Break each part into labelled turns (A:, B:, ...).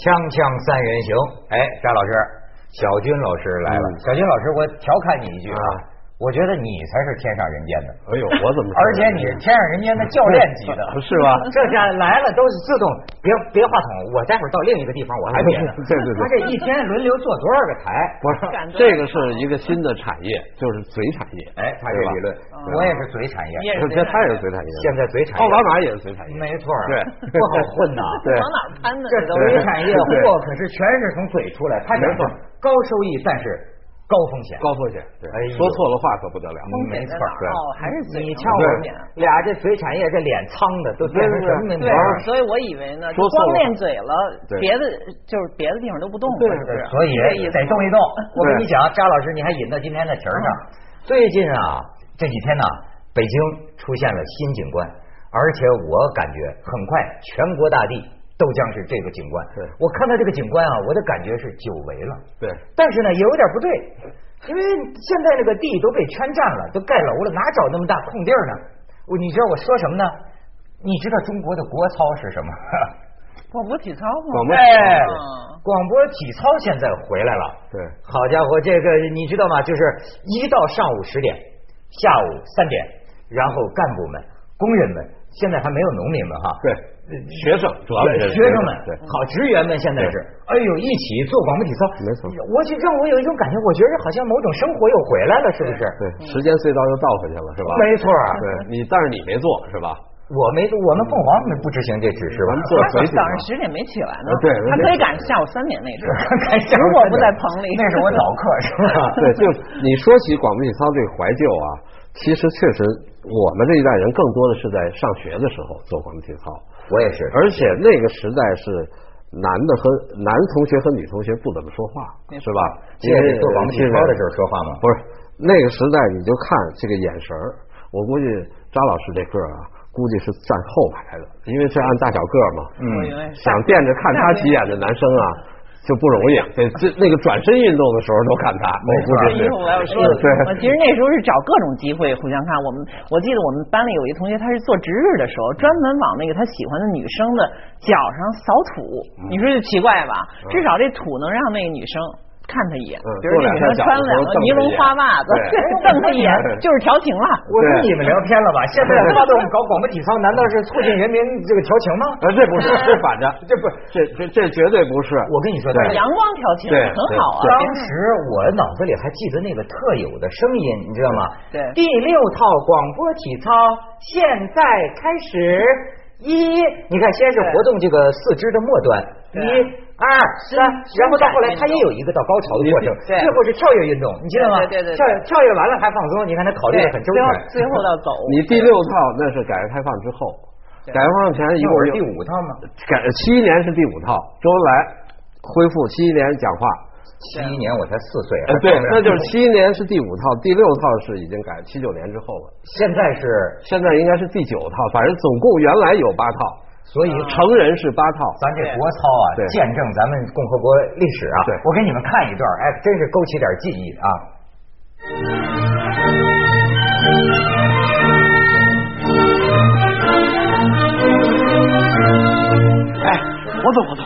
A: 锵锵三人行，哎，张老师，小军老师来了。
B: 嗯
A: 小军老师，我调侃你一句
B: 啊
A: 我觉得你才是天上人间的，
B: 哎呦，我怎么？
A: 而且你是天上人间的教练级的，
B: 是吧？
A: 这下来了都是自动，别别话筒，我待会儿到另一个地方我还别呢
B: 。对对 对
A: 他这一天轮流做多少个台？
B: 不是
C: 感，觉
B: 这个是一个新的产业，就是嘴产业。
A: 哎，他这
B: 对吧
A: 理论，
C: 嗯
A: 我也是嘴产业，
C: 你也是
B: 这啊他也是嘴产业。
A: 现在嘴产业，
B: 奥巴马也是嘴产业。
A: 没错 儿，
B: 对
A: 不好混 呐。
B: 对
C: 往哪儿攀的？
A: 这
C: 都
A: 嘴
C: 是
A: 产业
B: 对
A: 货可是全是从嘴出来，它讲
B: 没错
A: 是高收益，但是高风险。
B: 高风险，对
A: 哎呦
B: 说错了话可不得了。
A: 嗯没错
C: 在哪儿
B: 对
C: 哦，还是嘴
A: 你瞧
C: 上
B: 对
A: 我们俩这嘴产业这脸苍的都变成什么
B: 对
A: 名模
B: 对
C: 对
A: 儿，
C: 所以我以为呢，
B: 说错了
C: 光练嘴了
B: 对，
C: 别的就是别的地方都不动了，
B: 对
C: 是不是？
A: 所以
C: 这意思
A: 得动一动。我跟
B: 对嗯
A: 你讲，张老师，你还引到今天的题儿上。最近啊，这几天呢、北京出现了新景观，而且我感觉很快全国大地都将是这个景观
B: 对。
A: 我看到这个景观啊，我的感觉是久违了。
B: 对，
A: 但是呢，也有点不对，因为现在这个地都被圈占了，都盖楼了，哪找那么大空地儿呢？我你知道我说什么呢？你知道中国的国操是 什么？
C: 广播体操吗？
B: 广播体
A: 哎
B: 操
C: 啊嗯，
A: 广播体操现在回来了。
B: 对
A: 好家伙，这个你知道吗？就是一到上午十点，下午三点，然后干部们、工人们，现在还没有农民们哈。呃
B: 对，嗯学生嗯主要是
A: 学学生们
B: 对，
A: 好职员们现在是，哎呦，一起做广播体操，
B: 没错
A: 我就让我有一种感觉，我觉得好像某种生活又回来了，是不是？
B: 对，时间隧道又倒回去了，是吧？啊
A: 没错儿，啊
B: 对你，但是你没做是吧？
A: 我没，我们凤凰没不执行这指示吧
B: 咱？们做嘴体
C: 早
B: 操。
C: 上十点没起来呢
B: 啊，对
C: 他可以赶下午三点那 阵儿。
A: 如
C: 如果不在棚里
A: 那是我早课 是吧？
B: 对，就是你说起广播体操这个怀旧啊，其实确实我们这一代人更多的是在上学的时候做广播体操，
A: 我也是，
B: 而且那个时代是男的和男同学和女同学不怎么说话，
C: 没
B: 是吧？呃
A: 这是做广播体操的时候说话吗？
B: 不是那个时代，你就看这个眼神儿，我估计张老师这个儿啊，估计是站后排的，因为这按大小个儿嘛，
A: 嗯
C: 我以为
B: 想惦着看他几眼的男生啊，就不 容易。这这那个转身运动的时候都看他，我估计
C: 因
B: 是
C: 为啊我要说，
B: 对
C: 我其实那时候是找各种机会互相看。我们我记得我们班里有一同学，他是做值日的时候，专门往那个他喜欢的女生的脚上扫土。
B: 嗯
C: 你说这奇怪吧？至少这土能让那个女生。看他一眼，
B: 嗯
C: 比如那女生穿两个尼龙花袜子，
B: 对
C: 瞪他一眼就是调情了。
A: 我说
B: 对
A: 你们聊偏了吧？现在发动搞广播体操，难道是促进人民这个调情吗？
B: 啊，这不是，这反着，
A: 这不，
B: 这这这绝对不是。
A: 我跟你说，
B: 对
A: 当
C: 阳光调情
B: 对
C: 很好啊
B: 对，
A: 当时我脑子里还记得那个特有的声音，你知道吗？
C: 对
A: 第六套广播体操现在开始，一，你看先是
C: 对
A: 活动这个四肢的末端，
C: 对
A: 一。二三，
C: 伸
A: 然后到
C: 展
A: 后来，
C: 运
A: 它也
C: 动
A: 有一个到高潮的过程，
C: 对
A: 最后是跳跃运动，你记得吗？
C: 对对对对
A: 跳跃跳跃完了还放松，你看他考虑
C: 对
A: 的很周
C: 最后
A: 全。
C: 最后到走，
B: 你第六套那是改革开放之后，
C: 对
B: 改革开放前一
A: 那我
B: 共
A: 是
B: 有
A: 第五套吗？
B: 改七一年是第五套，周恩来恢复七一年讲话，
A: 七一年我才四岁，啊
B: 呃，对
A: 还，
B: 那就是七一年是第五套，第六套是已经改七九年之后了，
A: 现在是
B: 现在应该是第九套，反正总共原来有八套，
A: 所
C: 啊
A: 以
B: 成人是八套，
A: 咱这国操啊
B: 对，
A: 见证咱们共和国历史啊
B: 对。
A: 我给你们看一段，哎，真是勾起点记忆啊。
D: 哎，我走我走。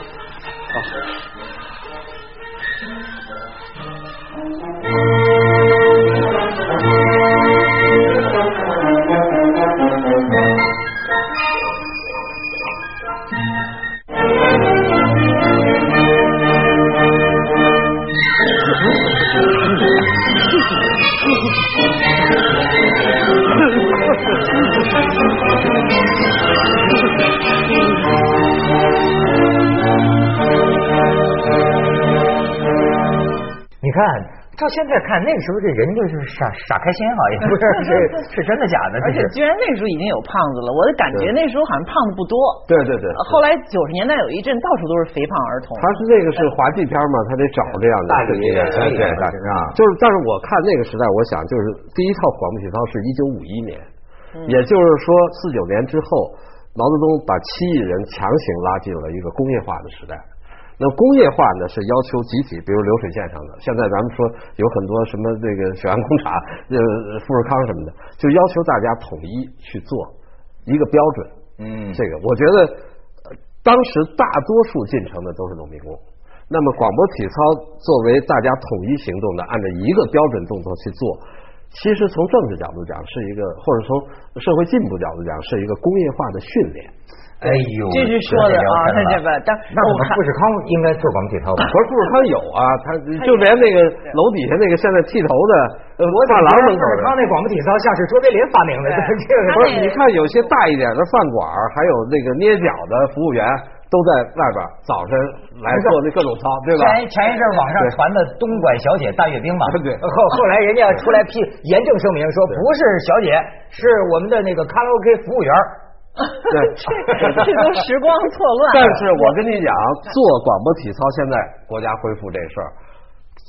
A: 你看，照现在看，那个时候这人就是傻傻开心啊，也不是 是是真的假的，这
C: 而且
A: 是
C: 居然那时候已经有胖子了，我的感觉
B: 对
C: 那时候好像胖子不多。
B: 对对对。
C: 后来九十年代有一阵到处都是肥胖儿童，
B: 他是那个是滑稽片嘛，他得找这样的
A: 大理
B: 对
A: 大理
B: 对
A: 是吧
B: 大理就是，但是我看那个时代，我想就是第一套广播体操是一九五一年，
A: 嗯
B: 也就是说四九年之后，毛泽东把七亿人强行拉进了一个工业化的时代。那工业化呢是要求集体，比如流水线上的，现在咱们说有很多什么这个血汗工厂、呃富士康什么的，就要求大家统一去做一个标准。
A: 嗯
B: 这个我觉得呃当时大多数进城的都是农民工。那么广播体操作为大家统一行动的，按照一个标准动作去做，其实从政治角度讲是一个，或者从社会进步角度讲是一个工业化的训练。
A: 哎呦，
C: 这是说的啊，
A: 这
C: 他这个，但
A: 那我
C: 我
A: 们
C: 看
A: 富士康应该做广体操 吧？
B: 不是富士康有啊，他就连那个楼底下那个现在剃头的呃
A: 大
B: 发廊门口
A: 富士
B: 的
A: 康那广播体操像是卓别林发明的，
C: 对
A: 这个
C: 他
B: 不
C: 那
B: 是，你看有些大一点的饭馆儿，还有那个捏脚的服务员，都在外边儿早晨来做那各种操，对吧？
A: 前前一阵网上
B: 对啊
A: 传的东莞小姐大阅兵嘛，
B: 对
A: 后后来人家出来批严正声明说
B: 对
A: 不是小姐，是我们的那个卡拉 OK 服务员儿。
B: 对
C: 这都时光错乱。
B: 但是我跟你讲，做广播体操现在国家恢复这事儿，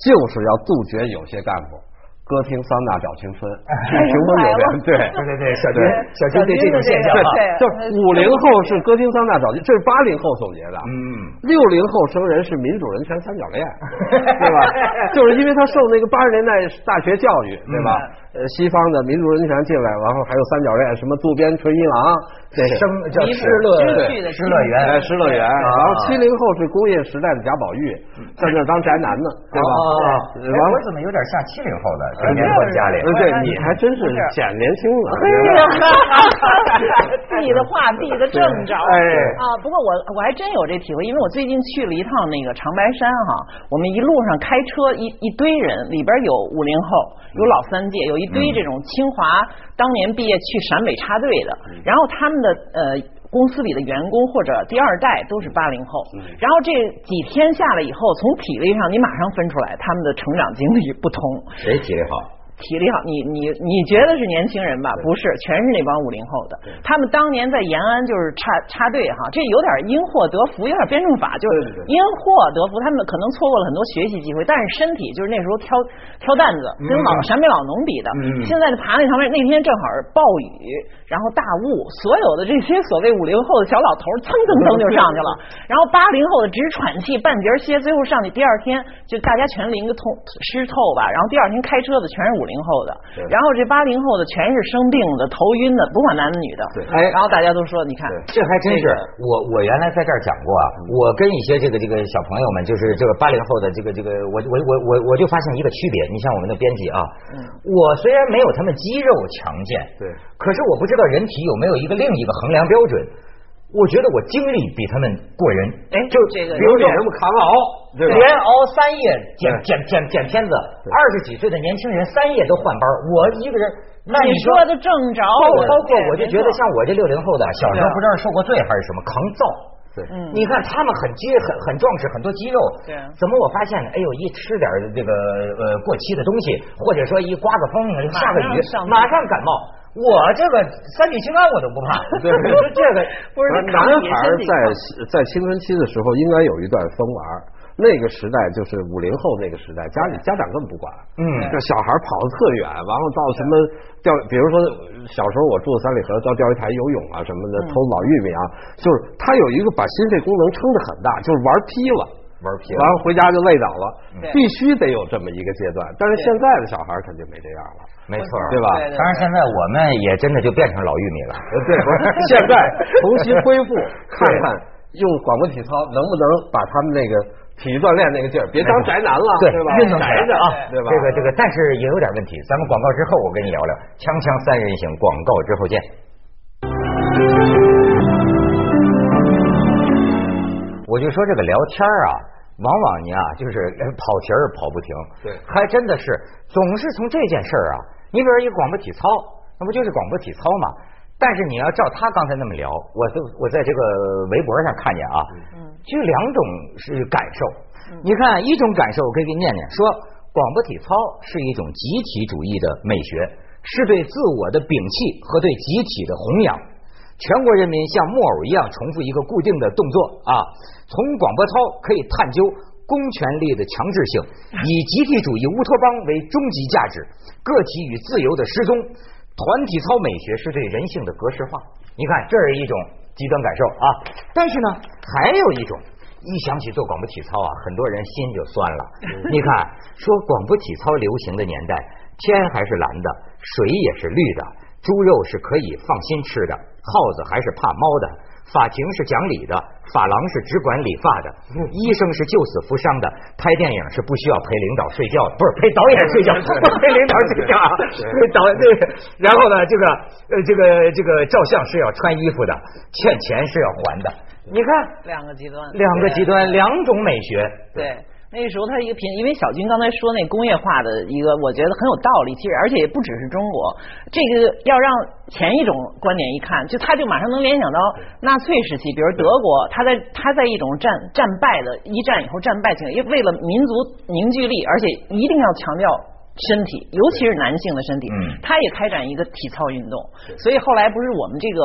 B: 就是要杜绝有些干部歌厅桑拿找青春，
A: 哎
B: 去穷疯有人， 对。
A: 对 对对，小军
B: 对
A: 小军对这种现象
C: 对
A: 啊，
C: 对
B: 就五零后是歌厅桑拿找青，这是八零后总结的，
A: 嗯，
B: 六零后生人是民主人权三角 恋，对吧？就是因为他受那个八十年代大学教育，
A: 嗯
B: 对吧？呃，西方的民主人权进来，然后还有三角恋，什么渡边淳一郎，这个
A: 生叫
C: 迷
A: 失
C: 之
A: 乐
C: 失去的
A: 失乐园，
B: 哎，失乐园。
A: 啊
B: 然后嗯七零后是工业时代的贾宝玉，在那儿当宅男呢，对吧？
A: 哦哎
B: 然后
A: 我怎么有点像七零后的？整天关家里，
B: 呃哎对，你还真是显年轻了。
C: 哎呀， 避的话避的正着。
B: 哎
C: 啊，不过我我还真有这体会，因为我最近去了一趟那个长白山哈，我们一路上开车一一堆人，里边有五零后，有老三届，有一堆这种清华当年毕业去陕北插队的，然后他们的呃。公司里的员工或者第二代都是八零后，然后这几天下来以后，从体力上你马上分出来他们的成长经历不同，
A: 谁体力好？
C: 体力好，你你你觉得是年轻人吧？不是，全是那帮五零后的。他们当年在延安就是插插队哈，这有点因祸得福，有点辩证法，就是
B: 对对对
C: 因祸得福。他们可能错过了很多学习机会，但是身体就是那时候挑挑担子，
B: 嗯
C: 跟老陕北老农比的。
A: 嗯
C: 现在爬那长面，那天正好是暴雨，然后大雾，所有的这些所谓五零后的小老头儿蹭蹭蹭就上去了，然后八零后的直喘气，半截儿歇，最后上去，第二天就大家全淋个通湿透吧，然后第二天开车的全是五零后的，然后这八零后的全是生病的、头晕的，不管男的女的，
B: 对
C: 哎，然后大家都说，你看，
A: 这还真是，我我原来在这儿讲过啊，我跟一些这个这个小朋友们，就是这个八零后的这个这个，我我我我我就发现一个区别。你像我们的编辑啊，我虽然没有他们肌肉强健，
B: 对
A: 可是我不知道人体有没有一个另一个衡量标准。我觉得我精力比他们过人，
C: 哎
A: 就
C: 这个
A: 比如说
B: 脸部扛熬，对吧？
A: 连熬三夜剪
B: 对
A: 剪剪剪片子，二十几岁的年轻人三夜都换班，我一个人，那
C: 你
A: 说
C: 说的正着，
A: 包包括我就觉
C: 对
A: 得像我这六零后的，小时候
C: 对啊
A: 不知道受过罪还是什么，扛造。
B: 对
C: 嗯
A: 你看他们很肌很很壮实，很多肌肉。
C: 对啊
A: 怎么我发现呢？哎呦，一吃点儿这个呃过期的东西，或者说一刮个风、下个雨
C: 马上上，
A: 马上感冒。我这个三聚氰胺我都不怕，
B: 对
A: 你说这个
C: 不是
B: 男孩在
C: 啊
B: 在青春期的时候，应该有一段疯玩儿。那个时代就是五零后那个时代，家里家长根本不管，
A: 嗯
B: 这小孩跑得特远，然后到什么钓，比如说小时候我住三里河到钓鱼台游泳啊什么的，
C: 嗯
B: 偷老玉米啊，就是他有一个把心肺功能撑得很大，就是玩劈了，
A: 玩皮
B: 完了回家就累倒了
C: 对，
B: 必须得有这么一个阶段。但是现在的小孩儿肯定没这样了，
A: 没错，
B: 对吧？
C: 对对
A: 当然现在我们也真的就变成老玉米了。
B: 呃， 对，不是现在重新恢 复，看看用广播体操能不能把他们那个体育锻炼那个劲儿，别当宅男了，
A: 对
B: 吧？
A: 运动起
B: 宅
A: 来
B: 着
A: 啊，
B: 对吧？
A: 这个这个，但是也有点问题。咱们广告之后，我跟你聊聊《锵锵三人行》，广告之后见。我就说这个聊天儿啊，往往你啊就是呃跑题儿跑不停，
B: 对
A: 还真的是总是从这件事儿啊，你比如一个广播体操，那不就是广播体操嘛？但是你要照他刚才那么聊，我都我在这个微博上看见啊，就两种是感受。你看，一种感受我可以给你念念，说广播体操是一种集体主义的美学，是对自我的摒弃和对集体的弘扬。全国人民像木偶一样重复一个固定的动作啊。从广播操可以探究公权力的强制性，以集体主义乌托邦为终极价值，个体与自由的失踪。团体操美学是对人性的格式化。你看，这是一种极端感受啊。但是呢，还有一种。一想起做广播体操啊，很多人心就酸了。你看，说广播体操流行的年代，天还是蓝的，水也是绿的，猪肉是可以放心吃的，耗子还是怕猫的，法庭是讲理的，发廊是只管理发的，医生是救死扶伤的，拍电影是不需要陪领导睡觉的，不是陪导演睡觉，不陪领导睡觉啊，陪 导这个，然后呢，这个呃这个这个照相是要穿衣服的，欠钱是要还的，你看
C: 两个极端，
A: 两个极
C: 对。
A: 端，两种美学，
C: 对，那个时候它一个平，因为小军刚才说那工业化的一个，我觉得很有道理。其实，而且也不只是中国，这个要让前一种观点一看，就他就马上能联想到纳粹时期，比如德国，他在他在一种战战败的一战以后战败情，因为为了民族凝聚力，而且一定要强调。身体，尤其是男性的身体，
A: 嗯
C: 他也开展一个体操运动，所以后来不是我们这个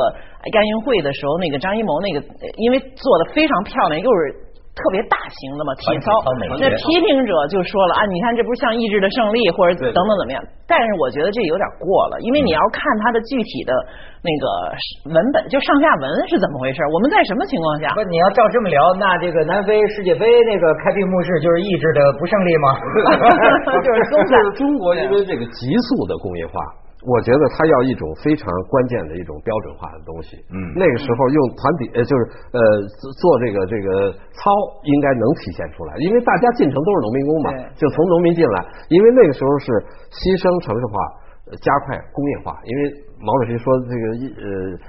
C: 亚运会的时候，那个张艺谋那个，呃因为做的非常漂亮，又是特别大型的嘛，体操
A: 传统，美
C: 那
A: 学
C: 批评者就说了啊，你看这不是像《意志的嗯胜利》或者等等怎么样？但是我觉得这有点过了，因为你要看它的具体的那个文本，就上下文是怎么回事？我们在什么情况下？
A: 不，你要照这么聊，那这个南非世界杯那个开闭幕式就是意志的不胜利吗？
C: 就是松散
B: 就是中国因为这个急速的工业化，我觉得它要一种非常关键的一种标准化的东西。
A: 嗯
B: 那个时候用团体呃，就是呃做做这个这个操，应该能体现出来，因为大家进城都是农民工嘛
C: 对，
B: 就从农民进来，因为那个时候是牺牲城市化，呃加快工业化，因为。毛主席说：“这个一呃，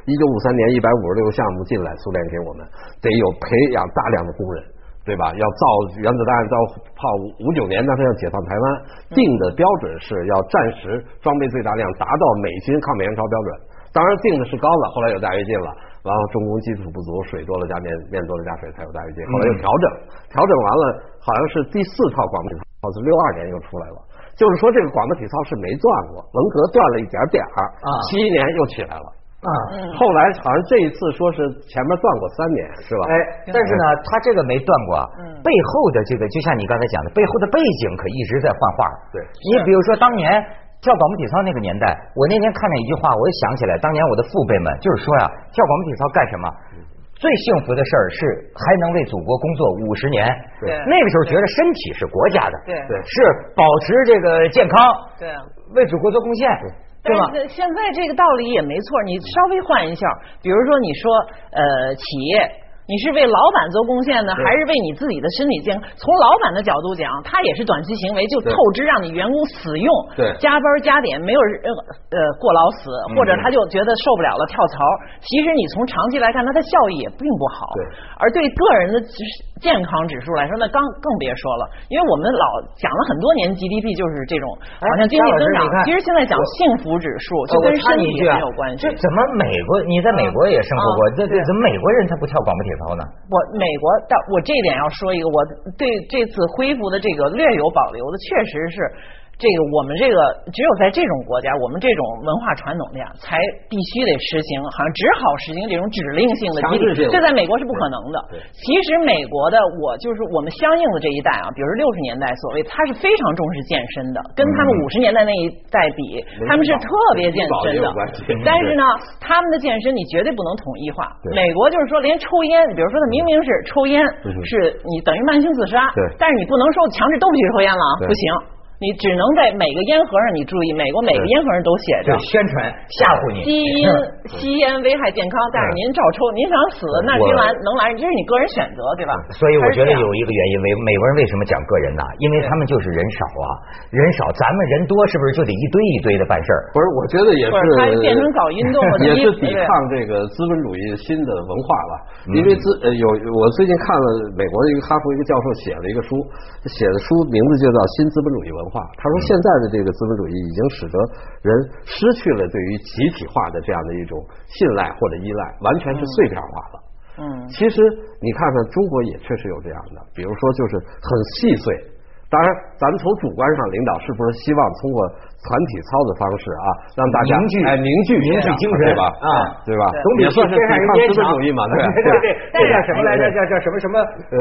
B: 一九五三年一百五十六个项目进来，苏联给我们得有培养大量的工人，对吧？要造原子弹，造炮。五九年呢，他要解放台湾，定的标准是要战时装备最大量，达到美军抗美援朝标准。当然定的是高了，后来有大跃进了，然后中共基础不足，水多了加面，面多了加水，才有大跃进。后来又调整，调整完了，好像是第四套广播体操是六二年又出来了。”就是说，这个广播体操是没断过，文革断了一点点儿，
A: 啊
B: 七一年又起来了。
A: 啊，
B: 后来好像这一次说是前面断过三年，是吧？
A: 哎，但是呢，他这个没断过啊，
C: 嗯
A: 背后的这个就像你刚才讲的，背后的背景可一直在幻化。
B: 对
A: 你比如说当年跳广播体操那个年代，我那天看了一句话，我就想起来当年我的父辈们就是说呀、跳广播体操干什么？
C: 嗯
A: 最幸福的事儿是还能为祖国工作五十年。
C: 对
A: 那个时候觉得身体是国家的，
C: 对对
A: 是保持这个健康，
C: 对啊。
A: 为祖国做贡献，
C: 但
A: 对吧？
C: 是现在这个道理也没错，你稍微换一下，比如说你说呃企业，你是为老板做贡献呢，还是为你自己的身体健康？从老板的角度讲，他也是短期行为，就透支让你员工死用，
B: 对
C: 加班加点没有呃呃过劳死，
A: 嗯
C: 或者他就觉得受不了了跳槽。其实你从长期来看，它的效益也并不好。
B: 对
C: 而对个人的指健康指数来说，那刚更别说了，因为我们老讲了很多年 GDP 就是这种
A: 哎
C: 好像经济
A: 张老师
C: 增长
A: 你看，
C: 其实现在讲幸福指数
A: 呃
C: 就
A: 我
C: 跟
A: 插
C: 身
A: 你
C: 体
A: 一句
C: 也
A: 啊
C: 没有关系
A: 这。怎么美国？你在美国也生活过，
C: 嗯
A: 这这
C: 对
A: 怎么美国人他不跳广播体操呢？
C: 我美国，但我这点要说一个，我对这次恢复的这个略有保留的，确实是这个我们这个只有在这种国家，我们这种文化传统下，才必须得实行，好像只好实行这种指令性的
B: 强
C: 激
B: 制性的
C: 励，这在美国是不可能的。其实美国的我就是我们相应的这一代啊，比如六十年代所谓，他是非常重视健身的，跟他
B: 嗯
C: 们五十年代那一代比，他们是特别健身
B: 没
C: 的
B: 有关系。
C: 但是呢，他们的健身你绝对不能统一化。
B: 对
C: 美国就是说，连抽烟，比如说他明明是抽烟，是你等于慢性自杀
B: 对，
C: 但是你不能说强制都必须抽烟了啊，
B: 对
C: 不行。你只能在每个烟盒上，你注意，美国每个
B: 对
C: 烟盒上都写着
A: 对，宣传吓唬你。
C: 吸 烟吸烟危害健康，但是您照抽，您想死那您
B: 我
C: 来能来，这是你个人选择，对吧？
A: 所以我觉得
C: 它是这样
A: 有一个原因，为美国人为什么讲个人呐、因为他们就是人少啊，人少，咱们人多是不是就得一堆一堆的办事儿？
B: 不是，我觉得也
C: 不是他
B: 是
C: 变成搞运动了
B: 也是
C: 第一
B: 抵抗这个资本主义新的文化了。因为资呃有我最近看了美国的一个哈佛一个教授写了一个书，写的书名字就叫《新资本主义文化》。他说现在的这个资本主义已经使得人失去了对于集体化的这样的一种信赖或者依赖，完全是碎片化了。
C: 嗯，
B: 其实你看看中国也确实有这样的，比如说就是很细碎。当然，咱们从主观上，领导是不是希望通过团体操的方式啊，让大家
A: 凝聚
B: 哎凝聚
A: 凝聚
B: 这样
A: 精
B: 对
A: 神
B: 吧？
A: 啊
B: 对吧？
A: 总比
B: 也算是
A: 天上人
B: 抵抗
A: 间
B: 资本
A: 强
B: 主 义嘛，对吧
A: 对对，这叫什么来着？
B: 对
A: 叫叫什么什么？呃
B: 呃，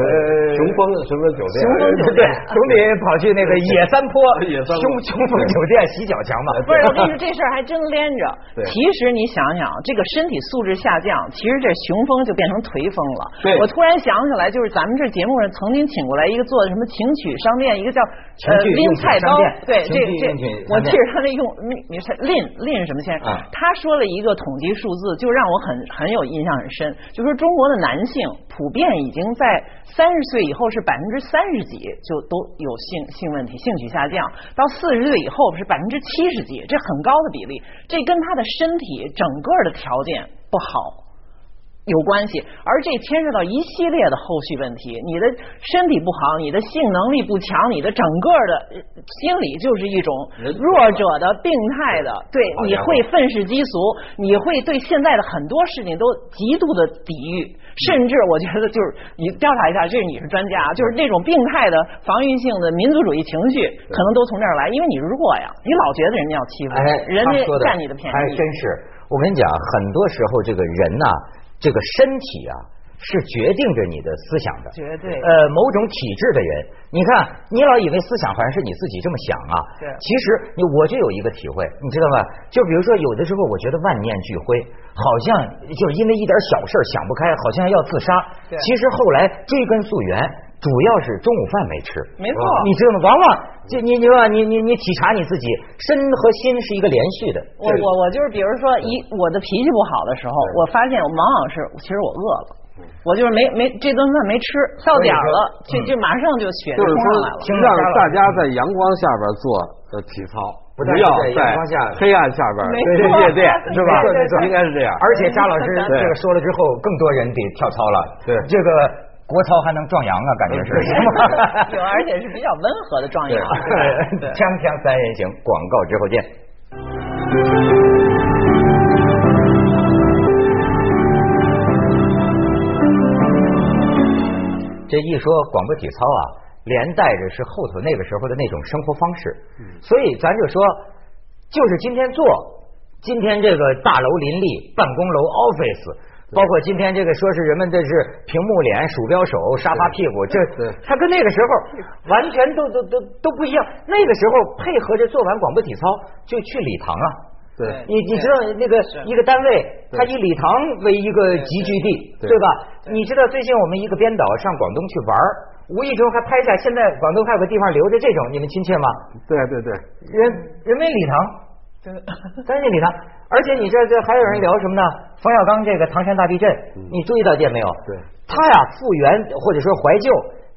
B: 雄风什么酒店？
A: 雄风酒店，总比跑去那个野三坡、
B: 野三坡
A: 雄雄风酒店洗脚强嘛。
C: 不是，我跟 你说这事儿还真连着
B: 对。
C: 其实你想想，这个身体素质下降，其实这雄风就变成颓风了。
B: 对
C: 我突然想起来，就是咱们这节目上曾经请过来一个做什么情趣商店一一个叫
A: 全
C: 呃
A: 聚
C: 拎
A: 用品
C: 菜
A: 商
C: 刀
A: 店，
C: 对，
A: 全
C: 这
A: 聚
C: 这
A: 用品，
C: 我
A: 商
C: 记
A: 店
C: 着他那用你是令令什么先生
A: 啊，
C: 他说了一个统计数字，就让我很很有印象很深，就说中国的男性普遍已经在三十岁以后是百分之三十几就都有性性问题、性取下降，到四十岁以后是百分之七十几，这很高的比例，这跟他的身体整个的条件不好有关系，而这牵涉到一系列的后续问题。你的身体不好，你的性能力不强，你的整个的呃心理就是一种弱者的、病态的，对，你会愤世嫉俗，你会对现在的很多事情都极度的抵御，甚至我觉得就是你调查一下，这是你是专家啊，就是那种病态的防御性的民族主义情绪，可能都从这儿来，因为你弱呀，你老觉得人家要欺负
A: 哎，
C: 你，人
A: 他
C: 家
A: 说的
C: 占你的便宜，
A: 还真是。我跟你讲，很多时候这个人呐、这个身体啊，是决定着你的思想的。
C: 绝对
A: 呃，某种体制的人，你看，你老以为思想好像是你自己这么想啊。
C: 对
A: 其实你我就有一个体会，你知道吗？就比如说，有的时候我觉得万念俱灰，好像就是因为一点小事儿想不开，好像要自杀。
C: 对
A: 其实后来追根溯源，主要是中午饭没吃。
C: 没错
A: 啊你知道吗？往往就你你吧，你你你体察你自己，身和心是一个连续的。
C: 我我我就是，比如说一我的脾气不好的时候，我发现我往往是其实我饿了，我就是没没这顿饭没吃，到点儿了，
A: 嗯所以说嗯
C: 就就马上就血就
B: 就是
C: 冲上来了。
A: 听
B: 说，让大家在阳光下边做呃体操，
A: 不
B: 不
A: 但是
B: 要
A: 在阳光下
B: 黑暗下边
C: 没
B: 对
C: 错
B: 夜店，是吧
A: 对对？对
B: 应该是这样。
A: 而且张老 师
B: 对
A: 这个说了之后，更多人得跳操了。
B: 对
A: 这个国操还能壮阳啊，感觉 是是 吗？
C: 有，而且是比较温和的壮阳。
A: 对， 锵锵三人行，广告之后见。这一说广播体操啊，连带着是后头那个时候的那种生活方式。所以咱就说，就是今天做，今天这个大楼林立，办公楼 office。包括今天这个说是人们这是屏幕脸、鼠标手、沙发屁股，这
B: 对
A: 它跟那个时候完全都都都都不一样。那个时候配合着做完广播体操就去礼堂啊，
B: 对
A: 你你知道那个一个单位，它以礼堂为一个集聚地，
B: 对
A: 对吧？你知道最近我们一个编导上广东去玩儿，无意中还拍下现在广东还有个地方留着这种，你们亲切吗？
B: 对对对，
A: 人人民礼堂，
C: 对，
A: 但是礼堂，而且你这这还有人聊什么呢？冯小刚这个唐山大地震，你注意到见没有？
B: 对，
A: 他呀复原或者说怀旧。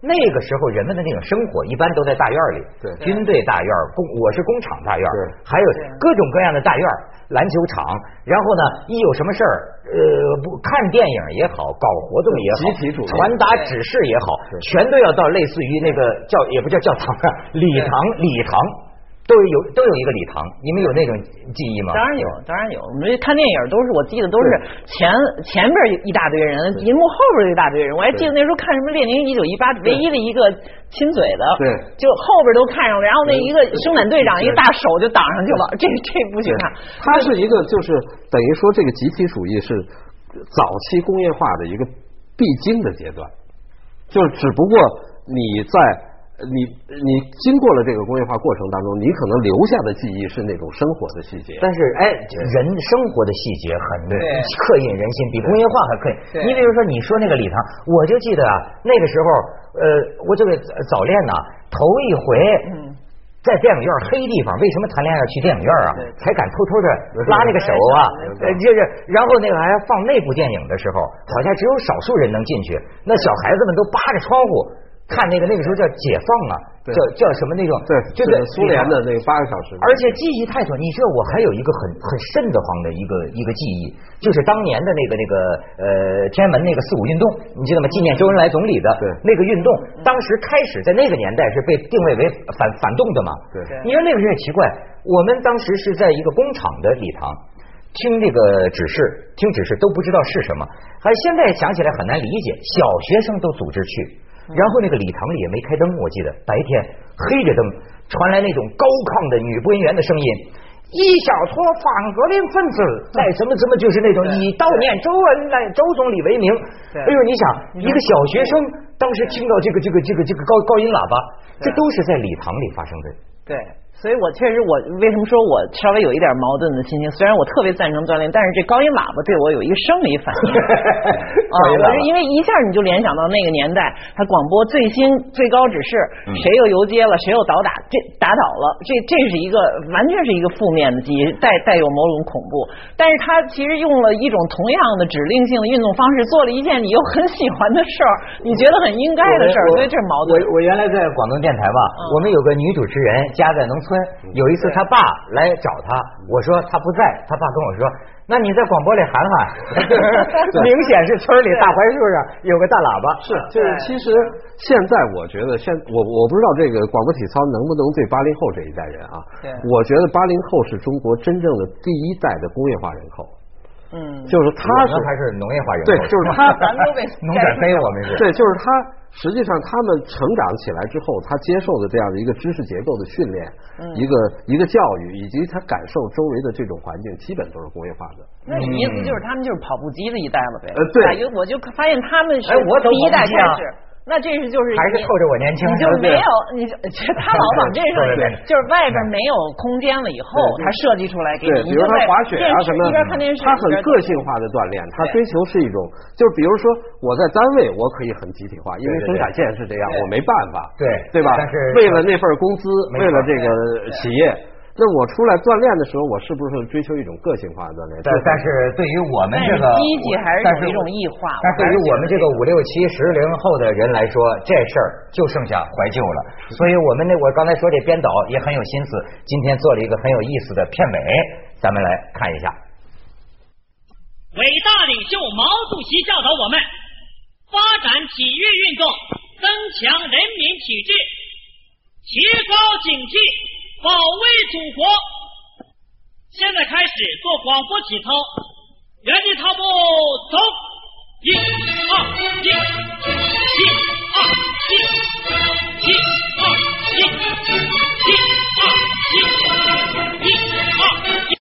A: 那个时候人们的那种生活，一般都在大院里，
B: 对
A: 军队大院儿，工我是工厂大院儿，
B: 对
A: 还有各种各样的大院儿，篮球场。然后呢，一有什么事儿，呃，不看电影也好，搞活动也好，
B: 集体主义
A: 传达指示也好，
B: 对
A: 全都要到类似于那个教也不叫教堂啊，礼堂，礼堂都有都有一个礼堂，你们有那种记忆吗？
C: 当然有，当然有。我们看电影都是，我记得都是前前边一大堆人，银幕后边一大堆人。我还记得那时候看什么《列宁一九一八》，唯一的一个亲嘴的，
B: 对
C: 就后边都看上了。然后那一个生产队长一大手就挡上去了，这这不许看。
B: 它是一个就是等于说这个集体主义是早期工业化的一个必经的阶段，就是只不过你在你你经过了这个工业化过程当中，你可能留下的记忆是那种生活的细节。
A: 但是哎，人生活的细节很
C: 对
A: 刻印人心，比工业化还刻
C: 对
A: 印。你比如说，你说那个礼堂，我就记得啊，那个时候，呃，我这个早早恋呐、头一回。
B: 嗯
A: 在电影院黑地方，为什么谈恋爱要去电影院啊？才敢偷偷的拉那个手啊，呃就是然后那个还放内部电影的时候，好像只有少数人能进去，那小孩子们都扒着窗户看那个那个时候叫解放啊，
B: 对
A: 叫叫什么那种
B: 对，
A: 这
B: 这
A: 个
B: 个苏联的那个八个小时，
A: 而且记忆太短，你知道我还有一个很很瘆得慌的一个一个记忆，就是当年的那个那个呃天安门那个四五运动，你知道吗？纪念周恩来总理的
B: 对
A: 那个运动，当时开始在那个年代是被定位为反反动的嘛。
B: 对对
A: 你说那个时候也奇怪，我们当时是在一个工厂的礼堂。听这个指示，听指示都不知道是什么，还现在想起来很难理解。小学生都组织去，然后那个礼堂里也没开灯，我记得白天黑着灯，传来那种高亢的女播音员的声音。一小撮反革命分子在什么什么，就是那种以悼念周恩来、周总理为名。
C: 对
A: 哎呦，你想一个小学生当时听到这个这个这个这个高高音喇叭，这都是在礼堂里发生的。
C: 对，所以我确实，我为什么说我稍微有一点矛盾的心情？虽然我特别赞成锻炼，但是这高音喇叭对我有一个生理反 应啊
A: 高音喇，叭
C: 我是因为一下你就联想到那个年代，他广播最新最高指示，
A: 嗯
C: 谁又游街了，谁又倒打这打倒了，这这是一个完全是一个负面的记忆，带带有某种恐怖。但是他其实用了一种同样的指令性的运动方式，做了一件你又很喜欢的事儿，你觉得很应该的事儿，
A: 我
C: 所以这是矛盾。
A: 我我原来在广东电台吧，我们有个女主持人家在农村，有一次她爸来找她，我说她不在，她爸跟我说。那你在广播里喊喊，明显是村里大槐树上有个大喇叭，是
B: 就是其实现在我觉得现我我不知道这个广播体操能不能对八零后这一代人啊
C: 对，
B: 我觉得八零后是中国真正的第一代的工业化人口，
C: 嗯，
B: 就是他
A: 我
B: 是
A: 们还是农业化人口，
B: 对就是他
C: 咱都被
A: 农转非，我们是。
B: 对，就是他实际上他们成长起来之后，他接受的这样的一个知识结构的训练，一个一个教育，以及他感受周围的这种环境，基本都是工业化的。
C: 那你意思就是他们就是跑步机的一代了呗？
B: 呃对
C: 哎呦我就发现他们是
A: 哎我走
C: 第一代
A: 跑步
C: 开
A: 机啊
C: 始，那这是就是
A: 还是
C: 你
A: 透着我年轻
C: 你就
A: 对不对
C: 没有，你就他老往这上
A: 对对
C: 面
A: 对，
C: 就是外边没有空间了以后，
B: 对
C: 他设计出来哎给
B: 对，比
C: 你，
B: 如
C: 你就
B: 他
C: 在
B: 滑雪啊
C: 电视
B: 什么
C: 一边看电视，
B: 他很
C: 一边
B: 个性化的锻炼，他追求是一种，就是比如说我在单位我可以很集体化，因为
A: 对对
B: 生
A: 对
B: 产线是这样，
C: 对
B: 我没办法，
A: 对
B: 对吧
A: 但是？
B: 为了那份工资，
A: 没错
B: 为了这个企业，那我出来锻炼的时候，我是不是追求一种个性化的锻炼？
A: 但但是对于我们
C: 但
A: 这个，
C: 是积极还是
A: 但
C: 有一种异化。
A: 但对于我们这个
C: 我
A: 五六七十零后的人来说，这事儿就剩下怀旧了。所以我们那我刚才说这编导也很有心思，今天做了一个很有意思的片尾，咱们来看一下。
E: 伟大领袖毛主席教导我们，发展体育运动，增强人民体质，提高警惕，保卫祖国。现在开始做广播体操，原地踏步走，一二一，一二一，一二一，一二